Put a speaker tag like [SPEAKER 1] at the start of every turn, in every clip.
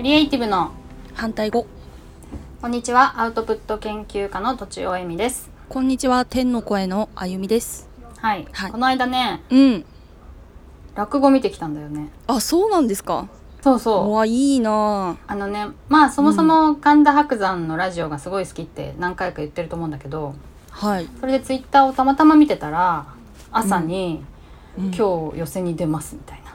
[SPEAKER 1] リエイティブの
[SPEAKER 2] 反対語
[SPEAKER 1] こんにちはアウトプット研究家の土地尾恵美です
[SPEAKER 2] こんにちは天の声のあゆみです
[SPEAKER 1] はい、
[SPEAKER 2] はい
[SPEAKER 1] この間ね
[SPEAKER 2] うん
[SPEAKER 1] 落語見てきたんだよね
[SPEAKER 2] あそうなんですか
[SPEAKER 1] そうそうう
[SPEAKER 2] わいいな
[SPEAKER 1] あのねまあそもそも神田伯山のラジオがすごい好きって何回か言ってると思うんだけど
[SPEAKER 2] あはい、
[SPEAKER 1] それでツイッターをたまたま見てたら朝に、
[SPEAKER 2] うん
[SPEAKER 1] 今日寄せに出ます」みたいな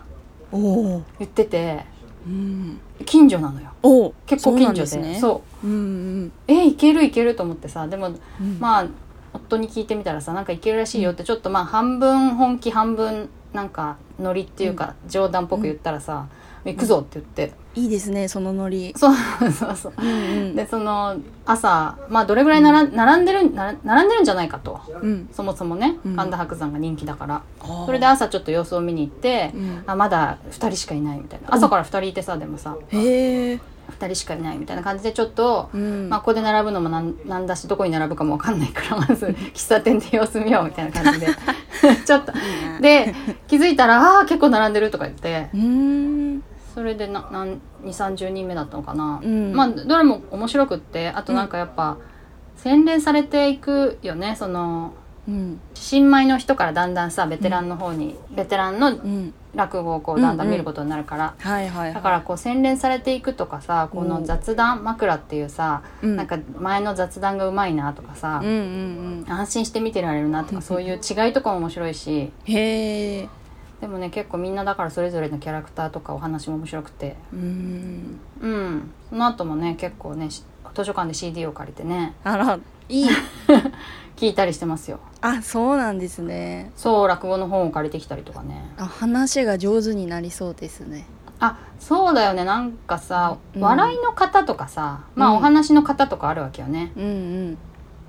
[SPEAKER 2] おお
[SPEAKER 1] 言ってて
[SPEAKER 2] うん
[SPEAKER 1] 近所なのよ
[SPEAKER 2] おー
[SPEAKER 1] 結構近所で
[SPEAKER 2] そうなんですね
[SPEAKER 1] そう
[SPEAKER 2] うん
[SPEAKER 1] えいけるいけると思ってさでも
[SPEAKER 2] うんうん
[SPEAKER 1] まあ夫に聞いてみたらさなんかいけるらしいよってちょっとまあ半分本気半分なんかノリっていうか冗談っぽく言ったらさ「行くぞ」って言って、
[SPEAKER 2] いいですねそのノリ
[SPEAKER 1] そうそうそう
[SPEAKER 2] うんうん
[SPEAKER 1] でその朝まあどれぐらいなら並んでるんなら並んでるんじゃないかと
[SPEAKER 2] うん
[SPEAKER 1] そもそもね
[SPEAKER 2] うん
[SPEAKER 1] 神田伯山が人気だから、
[SPEAKER 2] あ
[SPEAKER 1] それで朝ちょっと様子を見に行って、
[SPEAKER 2] うん
[SPEAKER 1] あまだ2人しかいないみたいな朝から2人いてさでもさ
[SPEAKER 2] へえ
[SPEAKER 1] 2人しかいないみたいな感じでちょっと、
[SPEAKER 2] うん
[SPEAKER 1] まあ、ここで並ぶのもなんなんだしどこに並ぶかもわかんないからま ず喫茶店で様子見ようみたいな感じでちょっと
[SPEAKER 2] ね
[SPEAKER 1] で気づいたら「ああー結構並んでる」とか言って
[SPEAKER 2] うーん
[SPEAKER 1] それでななん2 3 0人目だったのかな、
[SPEAKER 2] うん
[SPEAKER 1] まあどれも面白くってあとなんかやっぱ、洗練されていくよねその
[SPEAKER 2] うん
[SPEAKER 1] 新米の人からだんだんさベテランの方に、ベテランの
[SPEAKER 2] うん
[SPEAKER 1] 落語をこ
[SPEAKER 2] う
[SPEAKER 1] うんだんだん見ることになるから、
[SPEAKER 2] はいはいはい
[SPEAKER 1] だからこう洗練されていくとかさこの雑談枕っていうさ、
[SPEAKER 2] うん
[SPEAKER 1] なんか前の雑談がうまいなとかさ
[SPEAKER 2] うん、うんうん
[SPEAKER 1] 安心して見てられるなとかそういう違いとかも面白いし
[SPEAKER 2] へえ
[SPEAKER 1] でもね結構みんなだからそれぞれのキャラクターとかお話も面白くて
[SPEAKER 2] うん
[SPEAKER 1] うんその後もね結構ねし図書館で CD を借りてね
[SPEAKER 2] あらいい
[SPEAKER 1] 聞いたりしてますよ
[SPEAKER 2] あそうなんですね
[SPEAKER 1] そう落語の本を借りてきたりとかね
[SPEAKER 2] あ話が上手になりそうですね
[SPEAKER 1] あそうだよねなんかさ
[SPEAKER 2] うん
[SPEAKER 1] 笑いの方とかさ、まあ
[SPEAKER 2] うん
[SPEAKER 1] お話の方とかあるわけよね、
[SPEAKER 2] うん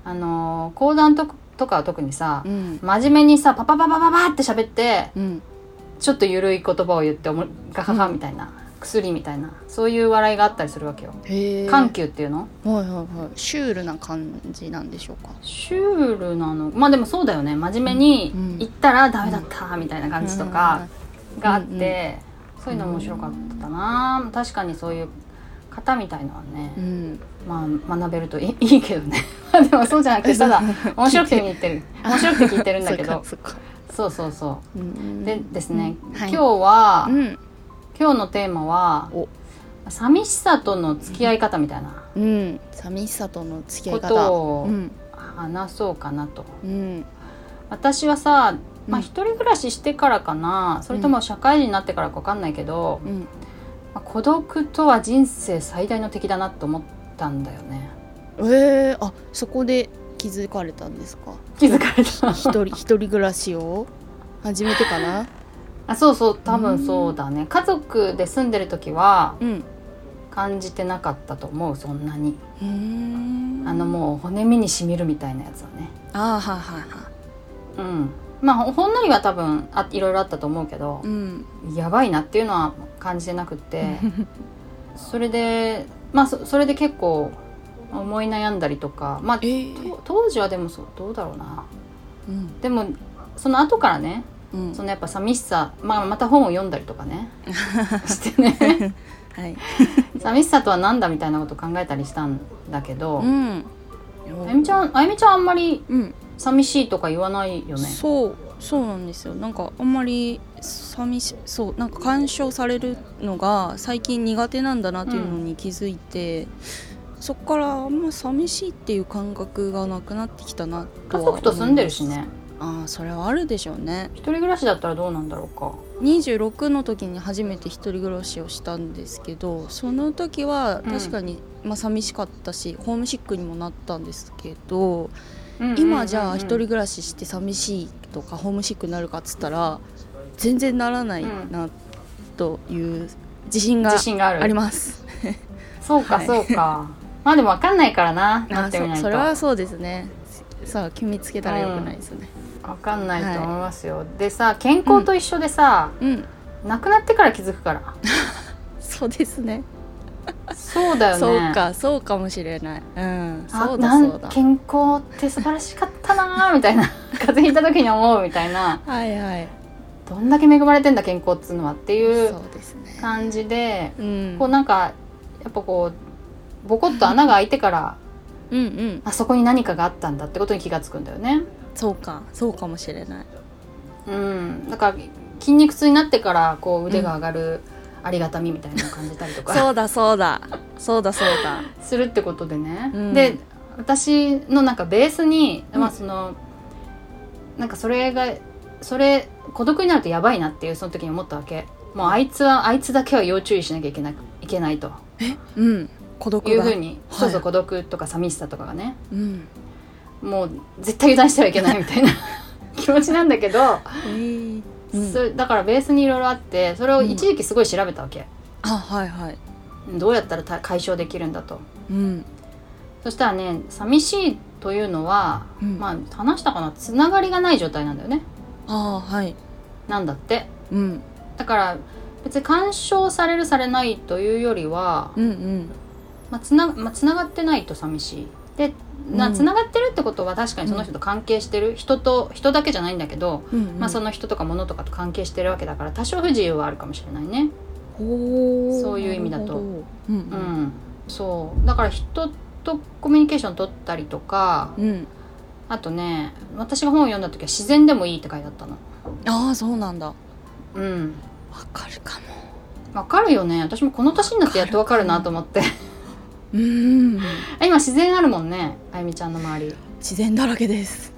[SPEAKER 1] あのー講談ととかは特にさ、
[SPEAKER 2] うんうん
[SPEAKER 1] 真面目にさパパパパパパって喋って
[SPEAKER 2] うん
[SPEAKER 1] ちょっとゆるい言葉を言っておもガハハみたいな、薬みたいなそういう笑いがあったりするわけよ
[SPEAKER 2] へえ
[SPEAKER 1] 緩急っていうの
[SPEAKER 2] はいはいはいシュールな感じなんでしょうか
[SPEAKER 1] シュールなのまあでもそうだよね真面目に
[SPEAKER 2] うん
[SPEAKER 1] 言ったらダメだったみたいな感じとかがあって、
[SPEAKER 2] うんうん
[SPEAKER 1] そういうの面白かったな確かにそういう方みたいのはね
[SPEAKER 2] う、ん
[SPEAKER 1] まあ学べるといいいいけどね まあでもそうじゃなくて ただ面白くて見に行ってる面白くて聞いてるんだけど
[SPEAKER 2] そっかそっか
[SPEAKER 1] そうそうそ
[SPEAKER 2] うんうん
[SPEAKER 1] うでですね、
[SPEAKER 2] はい
[SPEAKER 1] 今日は、
[SPEAKER 2] うん
[SPEAKER 1] 今日のテーマは
[SPEAKER 2] お
[SPEAKER 1] 寂しさとの付き合い方みたいな
[SPEAKER 2] うん寂しさとの付き合い
[SPEAKER 1] ことを
[SPEAKER 2] 方うん
[SPEAKER 1] 話そうかなと
[SPEAKER 2] うん
[SPEAKER 1] 私はさ、まあ、
[SPEAKER 2] うん
[SPEAKER 1] 一人暮らししてからかな、それとも社会人になってからか分かんないけど、
[SPEAKER 2] うん
[SPEAKER 1] まあ孤独とは人生最大の敵だなと思ったんだよね
[SPEAKER 2] ええあそこで気づかれたんです か
[SPEAKER 1] 気づかれ た
[SPEAKER 2] 一人一人暮らしを始めてかな
[SPEAKER 1] あそうそう多分そうだね家族で住んでる時は
[SPEAKER 2] うん
[SPEAKER 1] 感じてなかったと思うそんなに
[SPEAKER 2] うーん
[SPEAKER 1] あのもう骨身にしみるみたいなやつはね
[SPEAKER 2] あーはいはいは
[SPEAKER 1] うんまあほほんのりは多分あいろいろあったと思うけど
[SPEAKER 2] い、うん
[SPEAKER 1] やばいなっていうのは感じてなく てそれでまあそそれで結構思い悩んだりとかまあ
[SPEAKER 2] えー
[SPEAKER 1] と当時はでもそうどうだろうな
[SPEAKER 2] うん
[SPEAKER 1] でもその後からね
[SPEAKER 2] うん
[SPEAKER 1] そのやっぱ寂しさ、まあ、また本を読んだりとか ねしてね
[SPEAKER 2] はい
[SPEAKER 1] 寂しさとは何だみたいなことを考えたりしたんだけど
[SPEAKER 2] うん
[SPEAKER 1] あゆみちゃんあゆみちゃんあんまり
[SPEAKER 2] うん
[SPEAKER 1] 寂しいとか言わないよね
[SPEAKER 2] そうそうなんですよなんかあんまり寂しそうなんか干渉されるのが最近苦手なんだなっていうのに気づいて、そこからあんま寂しいっていう感覚がなくなってきたなと
[SPEAKER 1] 家
[SPEAKER 2] は
[SPEAKER 1] 族と住んでるしね
[SPEAKER 2] ああそれはあるでしょうね
[SPEAKER 1] 一人暮らしだったらどうなんだろうか
[SPEAKER 2] 26の時に初めて一人暮らしをしたんですけどその時は確かに、まあ寂しかったしホームシックにもなったんですけど今じゃあ一人暮らしして寂しいとかホームシックになるかっつったら全然ならないなという自信が
[SPEAKER 1] 自信がある
[SPEAKER 2] あります。
[SPEAKER 1] そうか
[SPEAKER 2] はい
[SPEAKER 1] そうか、 まあでも分かんないからなな
[SPEAKER 2] あ
[SPEAKER 1] ってみ
[SPEAKER 2] そ
[SPEAKER 1] ないと
[SPEAKER 2] それはそうですね。さあ決めつけたらよくないですね。
[SPEAKER 1] 分かんないと思いますよ、でさ健康と一緒でさ、
[SPEAKER 2] うん、
[SPEAKER 1] 亡くなってから気づくから
[SPEAKER 2] そうですね。
[SPEAKER 1] そうだよね
[SPEAKER 2] そうかそうかもしれない。うん
[SPEAKER 1] あ
[SPEAKER 2] そうだ
[SPEAKER 1] なん
[SPEAKER 2] そうだ。
[SPEAKER 1] 健康って素晴らしかったなーみたいな 風邪ひいた時に思うみたいな
[SPEAKER 2] はいはい。
[SPEAKER 1] どんだけ恵まれてんだ健康っつうのはってい
[SPEAKER 2] そううですね。
[SPEAKER 1] 感じで、
[SPEAKER 2] うん
[SPEAKER 1] こうなんかやっぱこうボコッと穴が開いてから
[SPEAKER 2] うんうん
[SPEAKER 1] あそこに何かがあったんだってことに気がつくんだよね。
[SPEAKER 2] そうかそうかもしれない
[SPEAKER 1] うん、だから筋肉痛になってからこう腕が上がるありがたみみたいなのを感じたりとか、
[SPEAKER 2] そうだそうだそうだそうだ
[SPEAKER 1] するってことでね、
[SPEAKER 2] うん
[SPEAKER 1] で私のなんかベースに、
[SPEAKER 2] うん
[SPEAKER 1] まあそのなんかそれがそれ孤独になるとやばいなっていうその時に思ったわけもうあいつはあいつだけは要注意しなきゃいけないいけないと
[SPEAKER 2] うん孤独
[SPEAKER 1] いう
[SPEAKER 2] が
[SPEAKER 1] ふうに、
[SPEAKER 2] はい
[SPEAKER 1] そうそう孤独とか寂しさとかがね
[SPEAKER 2] うん
[SPEAKER 1] もう絶対油断してはいけないみたい な気持ちなんだけど、
[SPEAKER 2] えーうん
[SPEAKER 1] そだからベースにいろいろあってそれを一時期すごい調べたわけ、
[SPEAKER 2] あはいはい
[SPEAKER 1] どうやったらた解消できるんだと
[SPEAKER 2] うん
[SPEAKER 1] そしたらね寂しいというのは、
[SPEAKER 2] うん
[SPEAKER 1] まあ話したかなつながりがない状態なんだよね
[SPEAKER 2] あはい
[SPEAKER 1] なんだって
[SPEAKER 2] うん
[SPEAKER 1] だから別に干渉されるされないというよりは、
[SPEAKER 2] うんうん
[SPEAKER 1] まあつなまあ、つながってないと寂しいで
[SPEAKER 2] う
[SPEAKER 1] なんつながってるってことは確かにその人と関係してる、人と人だけじゃないんだけど、
[SPEAKER 2] うんうん
[SPEAKER 1] まあ、その人とか物とかと関係してるわけだから多少不自由はあるかもしれないね。
[SPEAKER 2] ほー
[SPEAKER 1] そういう意味だと
[SPEAKER 2] なるほどうん
[SPEAKER 1] う
[SPEAKER 2] うん
[SPEAKER 1] ん、そうだから人とコミュニケーション取ったりとか、
[SPEAKER 2] うん
[SPEAKER 1] あとね私が本を読んだ時は自然でもいいって書いてあったの
[SPEAKER 2] ああそうなんだわ
[SPEAKER 1] うん
[SPEAKER 2] かるかも
[SPEAKER 1] わかるよね私もこの年になってやっとわかるなと思って
[SPEAKER 2] うん
[SPEAKER 1] 今自然あるもんねあゆみちゃんの周り
[SPEAKER 2] 自然だらけです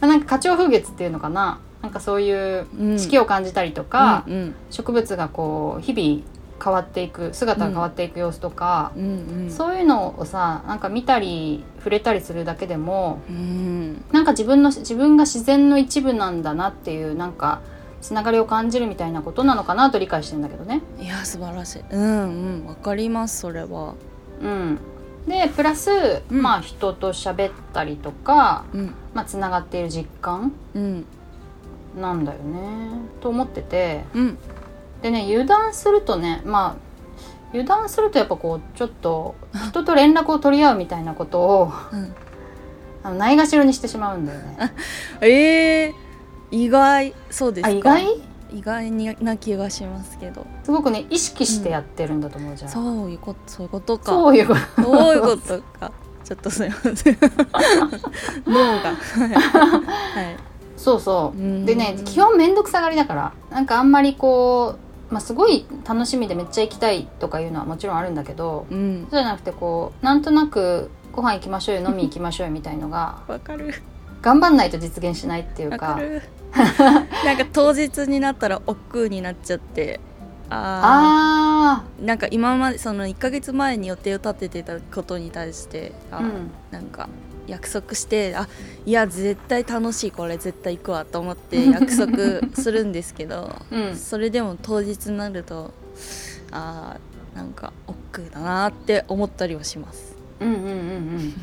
[SPEAKER 1] あなんか花鳥風月っていうのかななんかそういう四季
[SPEAKER 2] を
[SPEAKER 1] を感じたりとか、
[SPEAKER 2] うんうん
[SPEAKER 1] 植物がこう日々変わっていく姿が変わっていく様子とか、
[SPEAKER 2] うんうん
[SPEAKER 1] そういうのをさなんか見たり触れたりするだけでも
[SPEAKER 2] うん
[SPEAKER 1] なんか自分の自分が自然の一部なんだなっていうなんかつながりを感じるみたいなことなのかなと理解してんだけどね。
[SPEAKER 2] いや素晴らしいうんうんわかりますそれは
[SPEAKER 1] うん、でプラス、
[SPEAKER 2] うん
[SPEAKER 1] まあ、人と喋ったりとか、
[SPEAKER 2] うん
[SPEAKER 1] まあ、つながっている実感
[SPEAKER 2] うん
[SPEAKER 1] なんだよねと思ってて
[SPEAKER 2] うん
[SPEAKER 1] でね油断するとねまあ油断するとやっぱこうちょっと 人と連絡を取り合うみたいなことを
[SPEAKER 2] うん
[SPEAKER 1] あのないがしろにしてしまうんだよね。
[SPEAKER 2] えー、意外そうです
[SPEAKER 1] あ
[SPEAKER 2] か
[SPEAKER 1] 意外
[SPEAKER 2] 意外にな気がしますけど
[SPEAKER 1] すごくね意識してやってるんだと思うじゃん。
[SPEAKER 2] そういうことそういうことか
[SPEAKER 1] そういうこと
[SPEAKER 2] そういうことかちょっとすいません脳がはい、
[SPEAKER 1] そうそう
[SPEAKER 2] うん
[SPEAKER 1] でね基本面倒くさがりだからなんかあんまりこう、まあ、すごい楽しみでめっちゃ行きたいとかいうのはもちろんあるんだけど
[SPEAKER 2] うん
[SPEAKER 1] そうじゃなくてこうなんとなくご飯行きましょう よ飲み行きましょうよみたいのが
[SPEAKER 2] わかる
[SPEAKER 1] 頑張んないと実現しないっていう
[SPEAKER 2] わ
[SPEAKER 1] か
[SPEAKER 2] かるなんか当日になったら億劫になっちゃってああ
[SPEAKER 1] あ
[SPEAKER 2] なんか今までその1ヶ月前に予定を立ててたことに対してあ
[SPEAKER 1] あ
[SPEAKER 2] ー、
[SPEAKER 1] うん
[SPEAKER 2] なんか約束してあいや絶対楽しいこれ絶対行くわと思 って約束するんですけど
[SPEAKER 1] うん
[SPEAKER 2] それでも当日になるとあーなんか億劫だなって思ったりはします
[SPEAKER 1] うんうんうんうん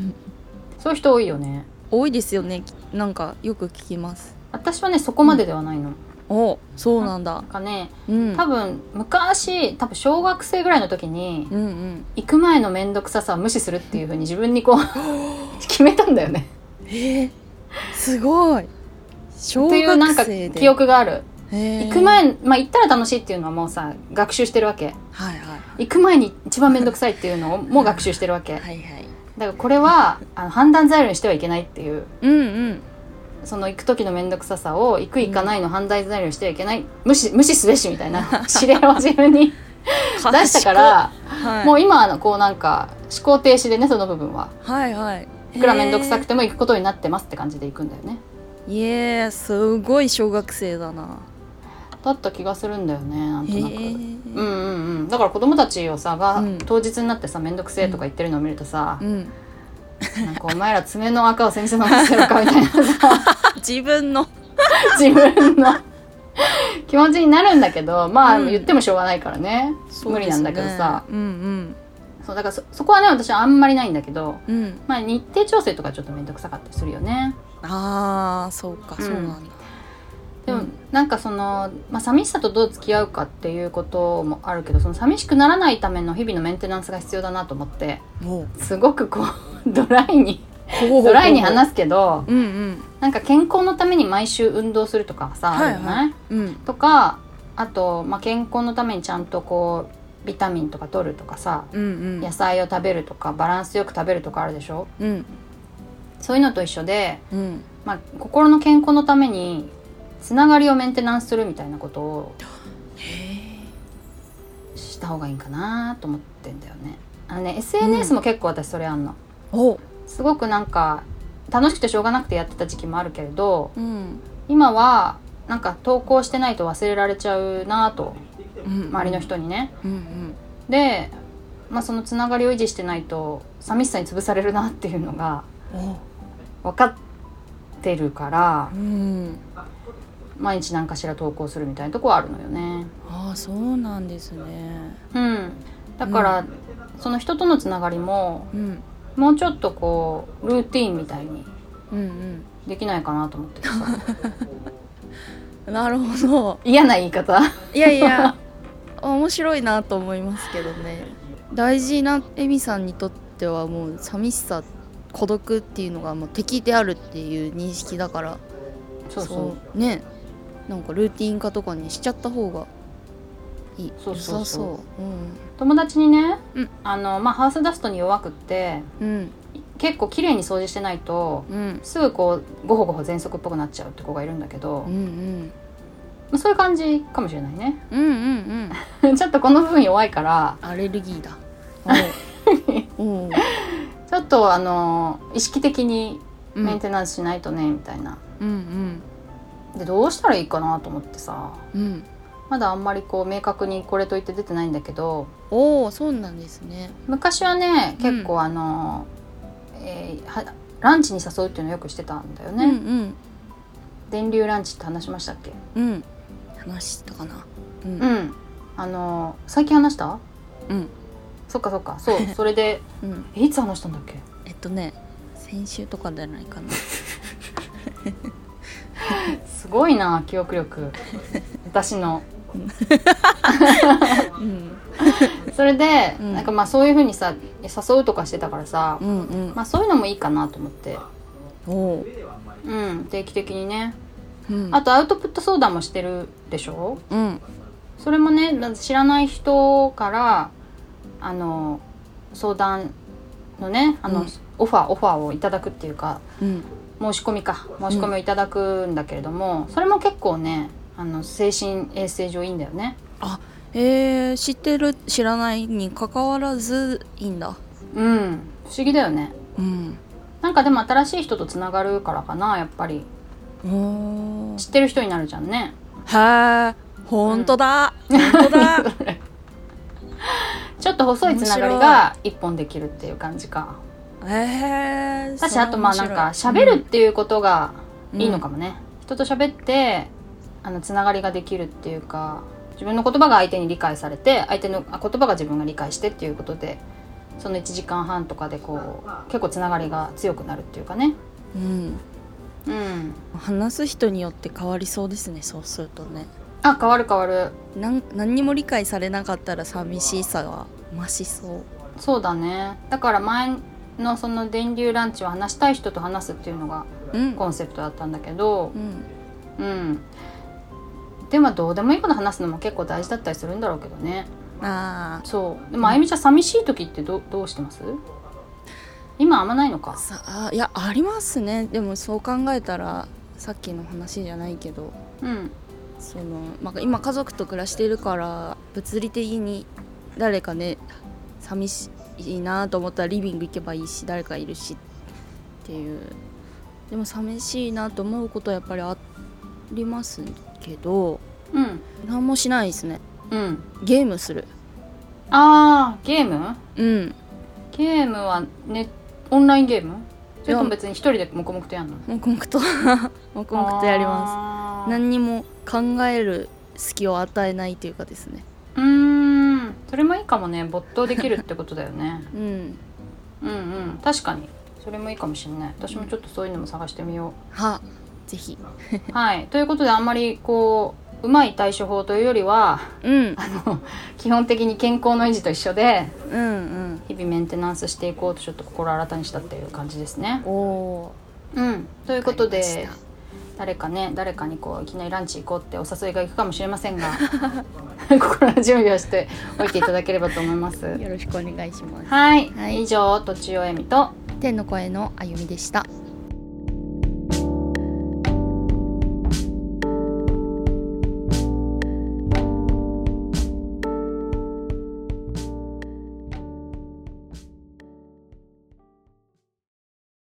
[SPEAKER 1] そういう人多いよね
[SPEAKER 2] 多いですよねきなんかよく聞きます
[SPEAKER 1] 私はねそこまでではないの、
[SPEAKER 2] おそうなんだ
[SPEAKER 1] なんかね
[SPEAKER 2] うん
[SPEAKER 1] 多分昔多分小学生ぐらいの時に
[SPEAKER 2] うんうん
[SPEAKER 1] 行く前の面倒くささを無視するっていうふうに自分にこう 決めたんだよね
[SPEAKER 2] えー、すごい小
[SPEAKER 1] っていうなん
[SPEAKER 2] 学
[SPEAKER 1] か
[SPEAKER 2] 生で
[SPEAKER 1] 記憶がある行
[SPEAKER 2] 行
[SPEAKER 1] く前まあ行ったら楽しいっていうのはもうさ学習してるわけ
[SPEAKER 2] はいはい
[SPEAKER 1] 行く前に一番面倒くさいっていうのをもう学習してるわけだか
[SPEAKER 2] はいはい
[SPEAKER 1] らこれはあの判断材料にしてはいけないっていう
[SPEAKER 2] うんうん
[SPEAKER 1] その行く時の面倒くささを行く行かないの判断材料にしてはいけない無視無視すべしみたい な指令を自分に出したから
[SPEAKER 2] 賢い、はい、
[SPEAKER 1] もう今はあのこうなんか思考停止でねその部分は
[SPEAKER 2] はいはい
[SPEAKER 1] いくら面倒くさく
[SPEAKER 2] て
[SPEAKER 1] ても行くことになってますって感じで行くんだよね
[SPEAKER 2] いえーすごい小学生だな
[SPEAKER 1] だった気がするんだよねなんと
[SPEAKER 2] へ
[SPEAKER 1] なく。
[SPEAKER 2] え
[SPEAKER 1] うんうんうん、だから子供たちをさが、
[SPEAKER 2] うん
[SPEAKER 1] 当日になってさ面倒くせえとか言ってるのを見るとさ
[SPEAKER 2] う、ん、
[SPEAKER 1] なんかお前ら爪の赤を先生のせせろかみたいなさ
[SPEAKER 2] 自分の
[SPEAKER 1] 自分の気持ちになるんだけどまあ、
[SPEAKER 2] うん
[SPEAKER 1] 言ってもしょうがないからね無理なんだけどさ
[SPEAKER 2] うん
[SPEAKER 1] そうだからそそこはね私はあんまりないんだけど、
[SPEAKER 2] うんうん
[SPEAKER 1] まあ、日程調整とかちょっと面倒くさかったりするよね。
[SPEAKER 2] ああそうか、
[SPEAKER 1] うん
[SPEAKER 2] そうなんだ
[SPEAKER 1] でも、
[SPEAKER 2] うん
[SPEAKER 1] なんかその、まあ、寂しさとどう付き合うかっていうこともあるけどその寂しくならないための日々のメンテナンスが必要だなと思って
[SPEAKER 2] もう
[SPEAKER 1] すごくこう ドライに
[SPEAKER 2] ド
[SPEAKER 1] ドライに話すけど
[SPEAKER 2] うんうん
[SPEAKER 1] なんか健康のために毎週運動するとかさ、
[SPEAKER 2] はいはい
[SPEAKER 1] あるじゃない
[SPEAKER 2] うん
[SPEAKER 1] とかあと、まあ、健康のためにちゃんとこうビタミンとか取るとかさ
[SPEAKER 2] うんうん
[SPEAKER 1] 野菜を食べるとかバランスよく食べるとかあるでしょ
[SPEAKER 2] うん
[SPEAKER 1] そういうのと一緒で、
[SPEAKER 2] うん
[SPEAKER 1] まあ、心の健康のためにつながりをメンテナンスするみたいなことをした方がいいんかなと思ってんだよね。あのね SNS も結構私それあんの、
[SPEAKER 2] お
[SPEAKER 1] すごくなんか楽しくてしょうがなくてやってた時期もあるけれど
[SPEAKER 2] うん
[SPEAKER 1] 今はなんか投稿してないと忘れられちゃうなと
[SPEAKER 2] うん
[SPEAKER 1] 周りの人にね。
[SPEAKER 2] うん
[SPEAKER 1] で、まあ、そのつながりを維持してないと寂しさに潰されるなっていうのが
[SPEAKER 2] うんお
[SPEAKER 1] 分かってるから
[SPEAKER 2] うん
[SPEAKER 1] 毎日何かしら投稿するみたいなとこはあるのよね。
[SPEAKER 2] ああそうなんですね
[SPEAKER 1] うん、だから、その人とのつながりも
[SPEAKER 2] うん
[SPEAKER 1] もうちょっとこうルーティンみたいに
[SPEAKER 2] うん
[SPEAKER 1] できないかなと思って てさ
[SPEAKER 2] うんなるほど
[SPEAKER 1] 嫌な言い方
[SPEAKER 2] いや いや面白いなと思いますけどね大事なエミさんにとってはもう寂しさ孤独っていうのがもう敵であるっていう認識だから
[SPEAKER 1] そうそう
[SPEAKER 2] うねなんかルーティン化とかにしちゃった方がいい
[SPEAKER 1] そうそうそう
[SPEAKER 2] 良さう
[SPEAKER 1] 友達にね、
[SPEAKER 2] うん
[SPEAKER 1] あのまあ、ハウスダストに弱くって
[SPEAKER 2] うん
[SPEAKER 1] 結構綺麗に掃除してないと
[SPEAKER 2] うん
[SPEAKER 1] すぐこうゴホゴホ喘息っぽくなっちゃうって子がいるんだけど、
[SPEAKER 2] うん
[SPEAKER 1] ま
[SPEAKER 2] うん
[SPEAKER 1] あ、そういう感じかもしれないね
[SPEAKER 2] うんうんうん
[SPEAKER 1] ちょっとこの部分弱いから
[SPEAKER 2] アレルギーだおうおう
[SPEAKER 1] ちょっとあの意識的に
[SPEAKER 2] うん
[SPEAKER 1] メンテナンスしないとね、みたいな
[SPEAKER 2] うん
[SPEAKER 1] でどうしたらいいかなと思ってさ
[SPEAKER 2] うんうん
[SPEAKER 1] まだあんまりこう明確にこれといって出てないんだけど
[SPEAKER 2] おおそうなんですね
[SPEAKER 1] 昔はね
[SPEAKER 2] うん
[SPEAKER 1] 結構あの、えーはランチに誘うっていうのをよくしてたんだよ
[SPEAKER 2] う
[SPEAKER 1] ね、
[SPEAKER 2] ん
[SPEAKER 1] 電流ランチって話しましたっけ
[SPEAKER 2] うんうん話したかなうん
[SPEAKER 1] うんあの最近話した
[SPEAKER 2] うん
[SPEAKER 1] そっかそっかそうそれ で
[SPEAKER 2] うん
[SPEAKER 1] えいつ話したんだっけ
[SPEAKER 2] えっとね先週とかじゃないかな
[SPEAKER 1] すごいな記憶力私の
[SPEAKER 2] うん
[SPEAKER 1] それで、
[SPEAKER 2] うん
[SPEAKER 1] なんかまあそういうふうにさ誘うとかしてたからさ、
[SPEAKER 2] うんうん
[SPEAKER 1] まあそういうのもいいかなと思って
[SPEAKER 2] おう
[SPEAKER 1] うん定期的にね
[SPEAKER 2] うん
[SPEAKER 1] あとアウトプット相談もしてるでしょ
[SPEAKER 2] うん
[SPEAKER 1] それもねだって知らない人からあの相談のねあの、
[SPEAKER 2] うん
[SPEAKER 1] オファーオファーをいただくっていうか
[SPEAKER 2] うん
[SPEAKER 1] 申し込みか申し込みをいただくんだけれども、それも結構ねあの精神衛生上いいんだよね
[SPEAKER 2] えー、知ってる知らないに関わらずいいんだ
[SPEAKER 1] うん不思議だよね
[SPEAKER 2] うん
[SPEAKER 1] なんかでも新しい人とつながるからかなやっぱり
[SPEAKER 2] お
[SPEAKER 1] 知ってる人になるじゃんね
[SPEAKER 2] ーへえほんとだ、ほんとだ
[SPEAKER 1] ちょっと細いつながりが一本できるっていう感じか
[SPEAKER 2] へえ
[SPEAKER 1] だしあとまあなんか喋るっていうことがいいのかもね、人と喋ってあのつながりができるっていうか自分の言葉が相手に理解されて相手のあ言葉が自分が理解してっていうことでその1時間半とかでこう結構つながりが強くなるっていうかね
[SPEAKER 2] うん
[SPEAKER 1] うん
[SPEAKER 2] 話す人によって変わりそうですねそうするとね
[SPEAKER 1] あ変わる変わる
[SPEAKER 2] なん何にも理解されなかったら寂しさが増しそう
[SPEAKER 1] そうだねだから前のその電流ランチは話したい人と話すっていうのが
[SPEAKER 2] うん
[SPEAKER 1] コンセプトだったんだけど
[SPEAKER 2] うん
[SPEAKER 1] うんでもどうでもいいこと話すのも結構大事だったりするんだろうけどね
[SPEAKER 2] あ
[SPEAKER 1] そうでもあゆみちゃん寂しい時ってどどうしてます今あんまないのか
[SPEAKER 2] あさあいやありますねでもそう考えたらさっきの話じゃないけど
[SPEAKER 1] うん
[SPEAKER 2] その、まあ、今家族と暮らしてるから物理的に誰かね寂しいなと思ったらリビング行けばいいし誰かいるしっていうでも寂しいなと思うことはやっぱりありますけど
[SPEAKER 1] うん
[SPEAKER 2] 何もしないですね
[SPEAKER 1] うん
[SPEAKER 2] ゲームする
[SPEAKER 1] あーゲーム
[SPEAKER 2] うん
[SPEAKER 1] ゲームはねオンラインゲームそれと
[SPEAKER 2] いや
[SPEAKER 1] も別に一人で黙々とやんの
[SPEAKER 2] 黙々と黙々とやりま
[SPEAKER 1] あ
[SPEAKER 2] す
[SPEAKER 1] ー
[SPEAKER 2] 何にも考える隙を与えないというかですね
[SPEAKER 1] うーんそれもいいかもね没頭できるってことだよね
[SPEAKER 2] うん
[SPEAKER 1] うんうん確かにそれもいいかもしれない私もちょっとそういうのも探してみよ
[SPEAKER 2] はぜひ
[SPEAKER 1] うはいということであんまりこううまい対処法というよりは
[SPEAKER 2] うん
[SPEAKER 1] あの基本的に健康の維持と一緒で
[SPEAKER 2] うんうん
[SPEAKER 1] 日々メンテナンスしていこうとちょっと心新たにしたっていう感じですね。
[SPEAKER 2] おお
[SPEAKER 1] うん、ということで誰かね誰かにこういきなりランチ行こうってお誘いが行くかもしれませんが 心の準備をしておいていただければと思います。
[SPEAKER 2] よろしくお願いします
[SPEAKER 1] はい、
[SPEAKER 2] はい
[SPEAKER 1] 以上とちおえみと
[SPEAKER 2] 天の声のあゆみでした